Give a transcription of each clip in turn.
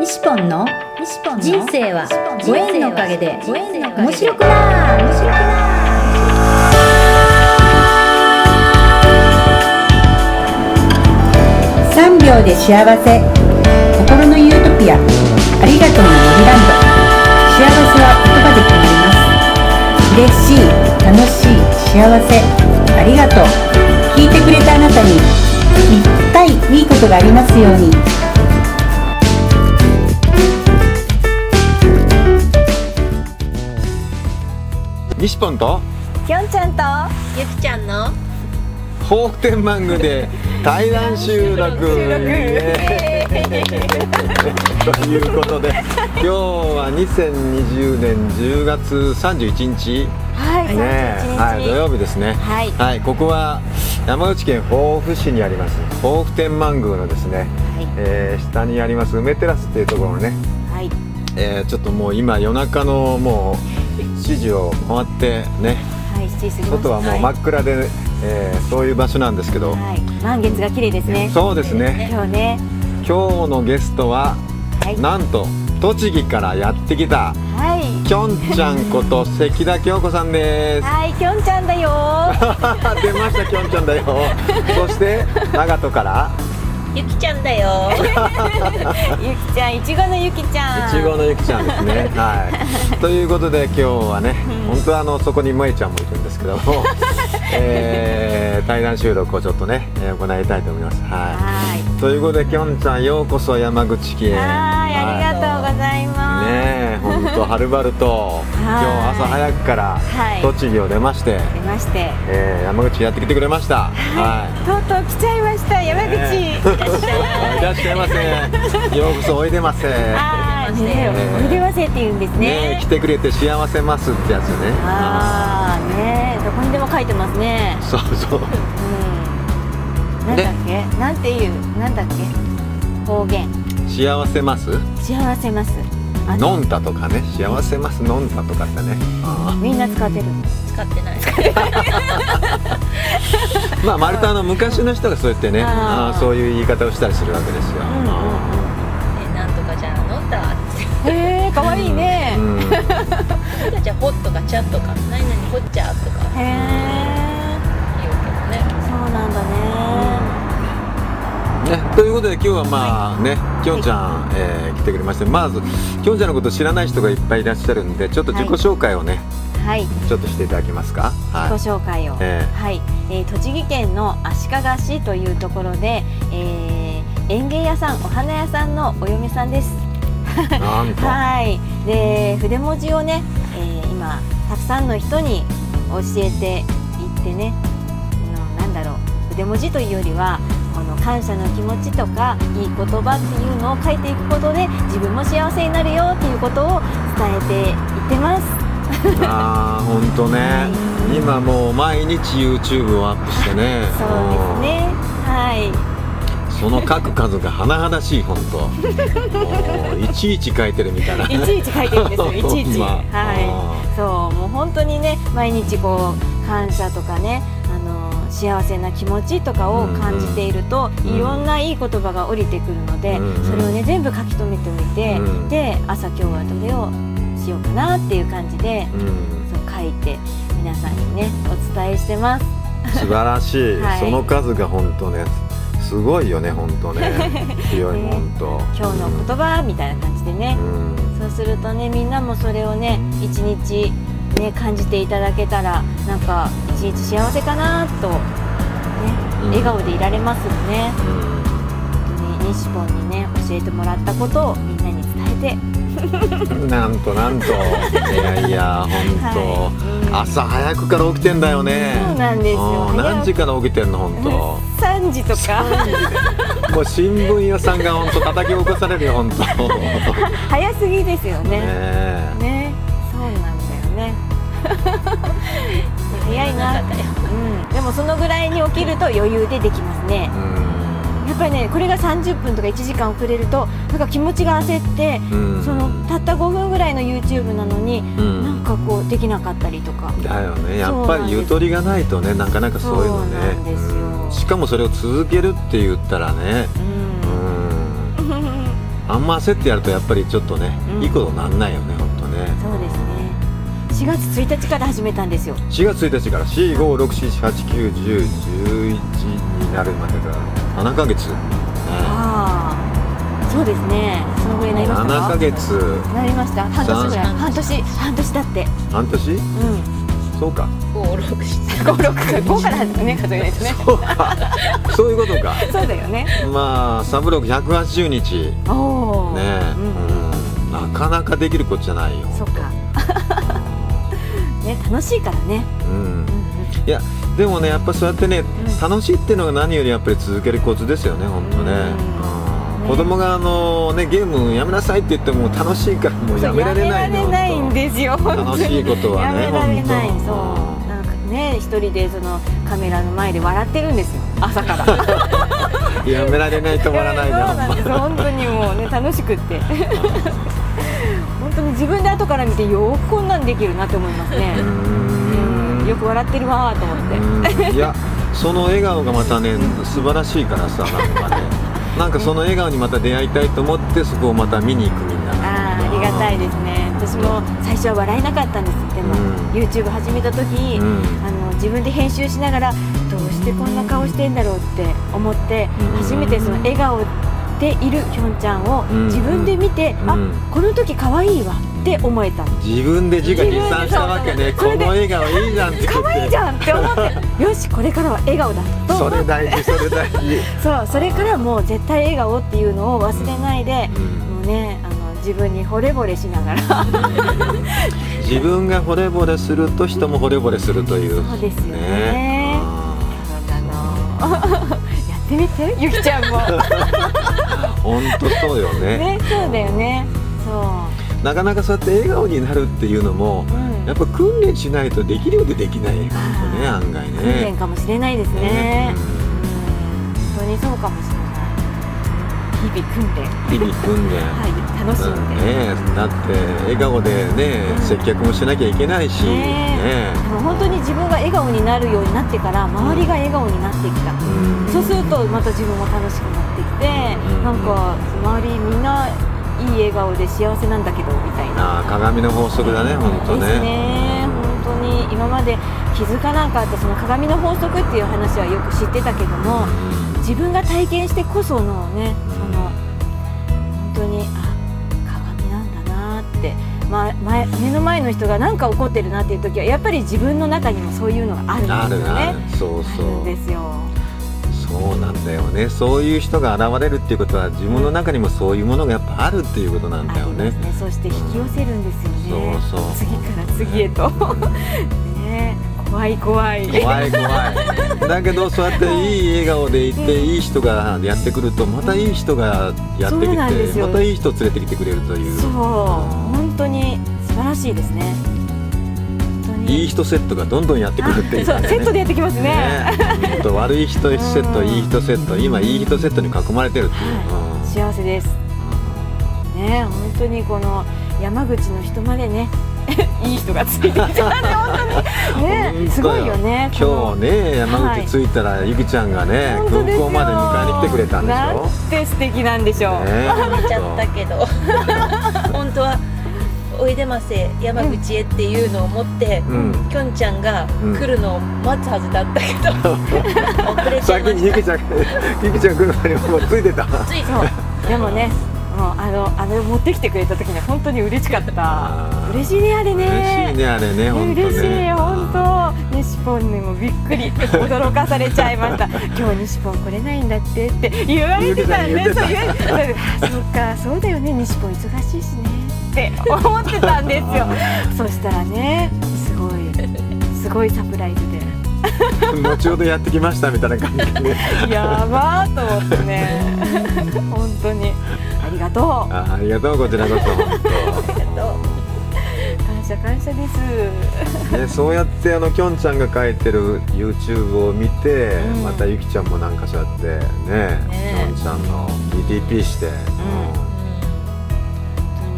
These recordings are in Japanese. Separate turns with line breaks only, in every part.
西ポンの
西ポンの
人生はご縁のおかげで
ご縁のおかげで
面白くなー面白くな
3秒で幸せ心のユートピアありがとうのモリランド幸せは言葉で決まります嬉しい楽しい幸せありがとう聞いてくれたあなたにいっぱいいいことがありますように
西ポンと
きょんちゃんと
ゆきちゃんの
ホークテンマングで対談収録ね ということで今日は2020年10月31日
はい、
ねはい、土曜日ですね
はい
はい、ここは山口県防府市にあります防府天満宮のですね、
い
えー下にあります梅テラスっていうところのね、
はい
えーちょっともう今夜中のもう7時を回ってね
はい失礼すぎます
外はもう真っ暗で、えーそういう場所なんですけど、
はい、満月が綺麗ですね
そうですね
今日ね
今日のゲストは、
はい
なんと栃木からやってき
は
た
い
きょんちゃんこと関田京子さんです
はいきょんちゃんだよ
出ましたきょんちゃんだよそして長門から
ゆきちゃんだよ ゆきちゃんいちごのゆきちゃん
いちごのゆきちゃんです ね。はい。ということで今日はね、本当はあのそこにまえちゃんもいるんですけど も、えー、対談収録をちょっとね、えー行いたいと思います。は
はい
い。ということできょんちゃんようこそ山口
は
県。
いありがとうございます、
ねえ、本当 はるばると今日朝早くから
はい
栃木を出まし
出
て、
まして
えー山口やってきてくれました。はい。
とうとう来ちゃいました山口、
ねえいらっしゃいま せ。ようこそおいでませ。
はい、ね
ね
おいでわせって言うんです
ねえ
ね
来てくれて幸せますってやつね。
ああねどこにでも書いてますね
そうそう。
うんなんだっけなんていうなんだっけ方言
幸せます。
幸せますあ
のんたとかね、幸せますのんたとかってね。
みんな使ってる
使ってない
まあ、丸太の昔の人がそうやってね、
あー
あーそういう言い方をしたりするわけですよ。
えなんとかじゃあ飲んだ
へえ可愛いね、
うんうん
なんとかじゃあほっとかちゃっとか何々ほっちゃとか
へえ
言うけどね
そうなんだね
ね、ということで、今日はまあね、きょんちゃん、えー来てくれまして、まず。きょんちゃんのこと知らない人がいっぱいいらっしゃるんで、ちょっと自己紹介をね、
はい自
ちょっとしていただけますか。はい。
己紹介を、
え
はい、えー栃木県の足利市というところで、えー園芸屋さんお花屋さんのお嫁さんです
ー、なんと。
はいで筆文字をね、えー今たくさんの人に教えていってね、うん、なんだろう筆文字というよりはこの感謝の気持ちとかいい言葉っていうのを書いていくことで自分も幸せになるよっていうことを伝えていってます
ああ、本当ね。今もう毎日 YouTube をアップしてね。
そうですねはい
その書く数が甚だしい本当。もういちいち書いてるみたいな。
いちいち書いてるんですよいちいち
今
はいそうもう本当にね毎日こう感謝とかねあの幸せな気持ちとかを感じていると、
うんうん
いろんないい言葉が降りてくるので、
うんうん
それをね全部書き留めておいて、
うん
で朝今日はどれをしようかなっていう感じで、
うん
そう書いて皆さんにねお伝えしてます。
素晴らしい。
はい
その数が本当ね。すごいよね本 当ね。強い
ね
本当。
今日の言葉みたいな感じでね、
うん
そうするとねみんなもそれをね一日ね感じていただけたらなんか一日幸せかなとね、
うん
笑顔でいられますよね
うん
本当に西本にね教えてもらったことをみんなに伝えて
なんとな んといやいや本当、朝早くから起きてんだよね
そうなんですよ
うん何時から起きてんの本当
3時とか
もう新聞屋さんが本当叩き起こされるよ本当ね
早すぎですよ ね
え
ねそうなんだよね早いなって、うん、でもそのぐらいに起きると余裕でできますね
う
やっぱりねこれが30分とか1時間遅れるとなんか気持ちが焦って、
んうん
そのたった5分ぐらいの YouTube なのに、
うん
なんかこうできなかったりとか
だよねや
そ
っ
うな
ぱ
んです
りゆとりがないとねなかなかそういうのね
そうなんですよ
うんしかもそれを続けるって言ったらね
う、
うんんあんま焦ってやるとやっぱりちょっとね、
うん
いいことなんないよね本当ね
そうですね4月1日から始めたんですよ
4月1日から4 5 6 7 8 9 1 0 1 1になるまでが7ヶ月、ね、
ああそうですねそのぐらいになりましたか
7ヶ月
なりました半年ぐらい
三
半年半年だって
半年
う
そうか
五六七
五六5からね数えない とね
そうかそういうことか
そうだよね
まあサブログ180日ね
んおお、
え、
うん
うんなかなかできることじゃないよ
そっか ね楽しいからね
うん
うん
いやでもねやっぱそうやってね、楽しいっていうのが何よりやっぱり続けるコツですよね本当ね、うん子供があのねゲームやめなさいって言っても楽しいからもうやめられない
やめられないん
で
ですよ本当
楽
に
しいことは
や
ね
められない、
本当
そう、なんかね、一人でそのカメラの前で笑ってるん ですよ、朝から。止
うんやめられない止まらな い
そう
な
なんです、本当にもうね、楽しくって。 本当に自分で後から見て、よくこんなんできるなと思いますね。うんよく笑ってるわーと思って。
うんいやその笑顔がまたね素晴らしいから さなんかねなんかその笑顔にまた出会いたいと思ってそこをまた見に行くみんなが
あーありがたいですね私も最初は笑えなかったんですでも、
うん
YouTube 始めた時、
うん
あの自分で編集しながらどうしてこんな顔してんだろうって思って、
うん
初めてその笑顔でいるひょんちゃんを
うん
自分で見て、あ
うん
この時可愛いわって思えたの
自分で自画自賛したわけね
自
こ
分で
の笑顔いいじゃんって言って
可愛いじゃんって思ってよしこれからは笑顔だと思
そ
って
れ大事それ大事、
そうそれからもう絶対笑顔っていうのを忘れないで、
うん
もうねあの自分に惚れ惚れしながら
自分が惚れ惚れすると人も惚れ惚れするという
そうですよね
あ
そうなのやってみてゆきちゃんも
ーほんとそうよね
ねそうだよねそ
なかなかそうやって笑顔になるっていうのも、
う、うん、
やっぱ訓練しないとできるようでできないよね
あ
案外ね
訓練かもしれないですね
ね
うん本当にそうかもしれない日々訓練
日々訓練
はい楽しんで、
ねだって笑顔でね接客もしなきゃいけないしね
ねでも本当に自分が笑顔になるようになってから周りが笑顔になってきた、
うん
そうするとまた自分も楽しくなってきて、
うん
なんか周りみんないい笑顔で幸せなんだけどみたいな。
あー鏡の法則だね本当
です
ね
ね本当に今まで気づかなかったその鏡の法則っていう話はよく知ってたけども自分が体験してこそのねその本当にあ鏡なんだなって、まあ、前目の前の人が何か怒ってるなっていう時はやっぱり自分の中にもそういうのがあるん
あ
です
る
よね
ある。そう
あ
そ
るん
う
ですよ。
そうなんだよねそういう人が現れるっていうことは自分の中にもそういうものがやっぱあるっていうことなんだ
あ
よ
り
ね
ますねそして引き寄せるんですよね、
そうそう
次から次へ とねえ怖い怖い
怖い怖いだけどそうやっていい笑顔でいていい人がやってくるとまたいい人がやって
そうなんで
き
す
て
よ
またいい人連れてきてくれるという
そう本当に素晴らしいですね本当に
いい人セットがどんどんやってくるっていう
そうセットでやってきますね
ねえと悪い人セット
うん
いい人セット今いい人セットに囲まれてるっていう、うん
幸せですねえ本当にこの山口の人までね いい人がついてきたんで本当にねえ
本当
すごいよね
今日
ね
ね山口着いたらゆきちゃんがね
本
空
当ですよ
港まで迎えに来てくれたんでしょ
なんて素敵なんでしょう、
ねえ
めちゃったけど本当は「おいでませ山口へ」っていうのを持って、
うん
きょんちゃんが来るのを待つはずだったけど、遅れちゃい
先
ま
にゆ
し
きちゃんゆきちゃん来る前にもうついてた
たつい
そうでもねもうあのあれを持ってきてくれた時には本当に嬉しかった嬉しいねあれね
嬉しいねあれね本当ね
嬉しい本当ねシポンにもびっくり驚かされちゃいました今日にシポン来れないんだってって言われてたん
言っ
で
て
そ
た
う言われてたあそっかそうだよねにシポン忙しいしねって思ってたんですよそしたらねすごいすごいサプライズで
後ほどやってきましたみたいな感じでね
やばーと思ってね本当にありがとう
あありがとうこちらこそ本
感謝感謝です
当、ね、そうやってあのきょんちゃんが書いてる YouTube を見て、
うん
またゆきちゃんもなんかそうやってね
ね
きょんちゃんの DTP して、
本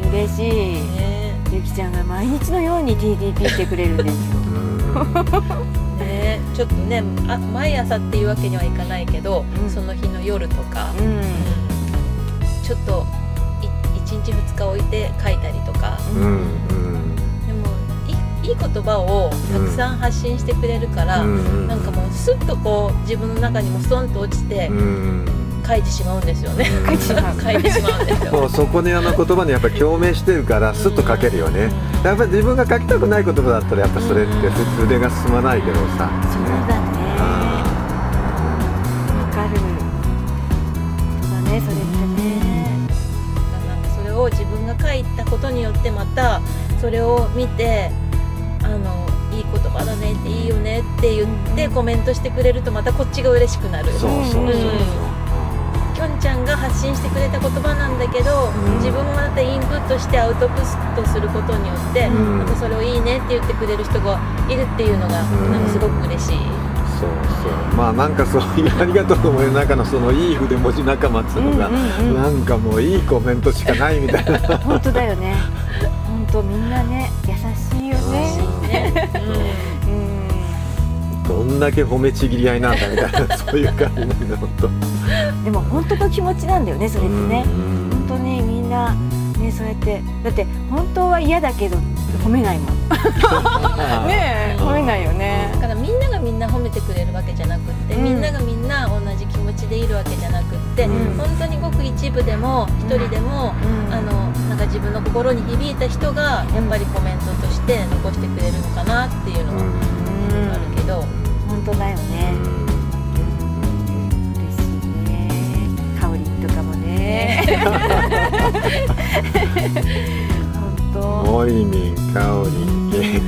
当に嬉しい
うんね
ゆきちゃんが毎日のように TDP してくれるんですよ
うん
ねちょっとねあ毎朝っていうわけにはいかないけど、
うん
その日の夜とか、
うん
ちょっと一1日2日置いて書いたりとか
うんうん
でもいいいい言葉をたくさん発信してくれるから、
うん
なんかもうスッとこう自分の中にもストンと落ちて
うん
書いてしまうんですよね、
書いて
しまう
書いてしまうんですよ
もうそこにあの言葉にやっぱり共鳴してるから スッと書けるよねやっぱり自分が書きたくない言葉だったらやっぱそれって普通腕が進まないけどさ、
そう
ね、
だね
あ
わかるそうだねそれってね
なんかそれを自分が書いたことによってまたそれを見てあのいい言葉だねっていいよねって言ってコメントしてくれるとまたこっちが嬉しくなる
ーそうそうそうそう、
きょんちゃんが発信してくれた言葉なんだけど、
うん
自分もまたインプットしてアウトプットすることによって、
うん
またそれをいいねって言ってくれる人がいるっていうのが、
うん
なんかすごく嬉しい。
そうそうまあなんかそういう ありがとう思いの中のそのいい筆文字仲間っていうのが、なんかもういいコメントしかないみたい な、
本当だよね
本当みんなね優しいよね
ね
うん
どんだけ褒めちぎり合いなんだみたいなそういう感じなんだ本当
でも本当の気持ちなんだよねそれってね本当にみんなねそうやってだって本当は嫌だけど褒めないもん
当
ねえ褒めないよね
だからみんながみんな褒めてくれるわけじゃなくって、
うん
みんながみんな同じ気持ちでいるわけじゃなくって、
うん
本当にごく一部でも一人でも、あのなんか自分の心に響いた人がやっぱりコメントとして残してくれるのかなっていうのはあるけど、
本当だよね嬉しいね香りとかもね 本当
モイミン香り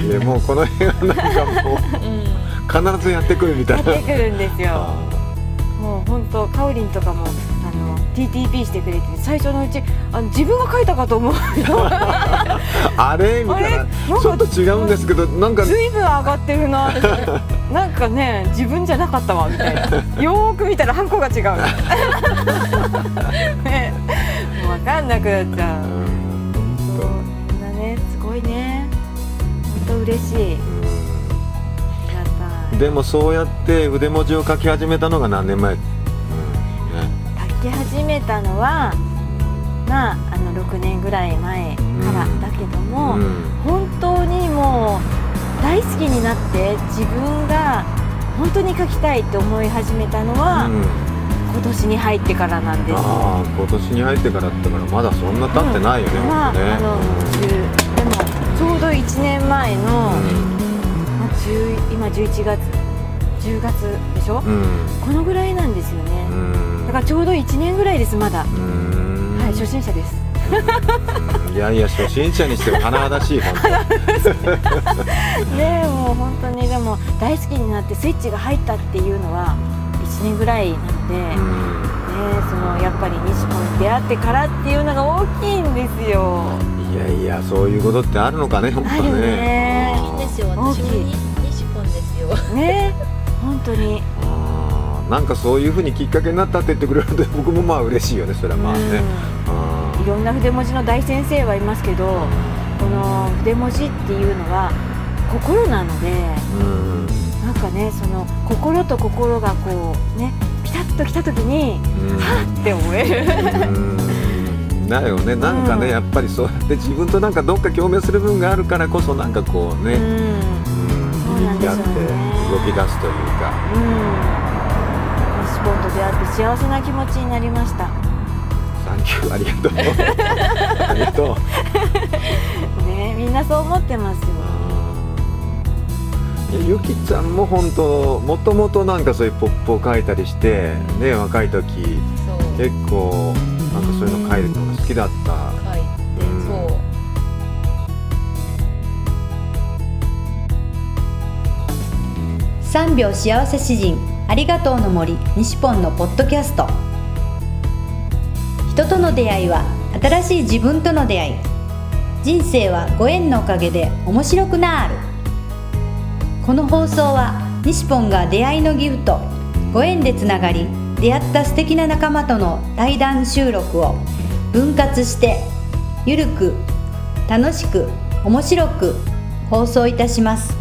でもうこの辺はなんかも
うん
う必ずやってくるみたいな
やってくるんですよ
あ
もう本当カオリンとかもあの TTP してくれて最初のうちあの自分が書いたかと思うよ
ーあれみたい
あ
な
なん
ちょっと
か
違うんですけどなんか
ずいぶん上がってる ななんかね自分じゃなかったわみたいなよーく見たらハンコが違う ねもう分かんなくなっちゃ
う
うん
そうみんなねすごいね本当嬉しいあり
うん
がたい
でもそうやって筆文字を書き始めたのが何年前、うんね
書き始めたのはまああの6年ぐらい前からだけども、
うん
本当にもう大好きになって自分が本当に書きたいって思い始めたのは、
うん
今年に入ってからなんです。
ああ今年に入ってからだったからまだそんな経ってないよね、
まあ、あ
本当ね
の、10でも、ちょうど1年前の、まあ、10今11月、10月でしょ、
うん
このぐらいなんですよね。
うん
だからちょうど1年ぐらいです、まだ。
うん
はい、初心者 です。
いやいや初心者にしては甚だし い本
ねえ、もう本当に、でも、大好きになって、スイッチが入ったっていうのは、1年ぐらいなので、
当
ね
に
えその、やっぱり西子に出会ってからっていうのが大きいんですよ。
うんいやいやそういうことってあるのかね本当
あるね
いいんですよ私もに西ポンですよ
ねえ、本当に。
あーなんかそういうふうにきっかけになったって言ってくれると僕もまあ嬉しいよねそ れはまあね
うん
あ
いろんな筆文字の大先生はいますけどこの筆文字っていうのは心なので
ーうん
なんかねその心と心がこうねピタッときた時に
うん
って思える
うんだよねなんかね、
うん
やっぱりそうやって自分となんかどっか共鳴する部分があるからこそなんかこうね、
う
うん
んそうなんです
や
よ
っ
ね
て動き出すというか
うんミスポンと出会って幸せな気持ちになりました
「サンキューありがとう」「ありがとう
ねみんなそう思ってますよ」
いやゆきちゃんも本当もともとなんかそういうポップを書いたりしてね若い時
そう書いて
結構なんかそういうの書いるのが好きだったうん
そう
3秒幸せ詩人ありがとうの森西ポンのポッドキャスト人との出会いは新しい自分との出会い人生はご縁のおかげで面白くなるこの放送は西ポンが出会いのギフトご縁でつながり出会った素敵な仲間との対談収録を分割してゆるく楽しく面白く放送いたします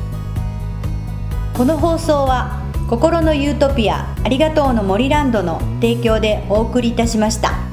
この放送は心のユートピアありがとうの森ランドの提供でお送りいたしました。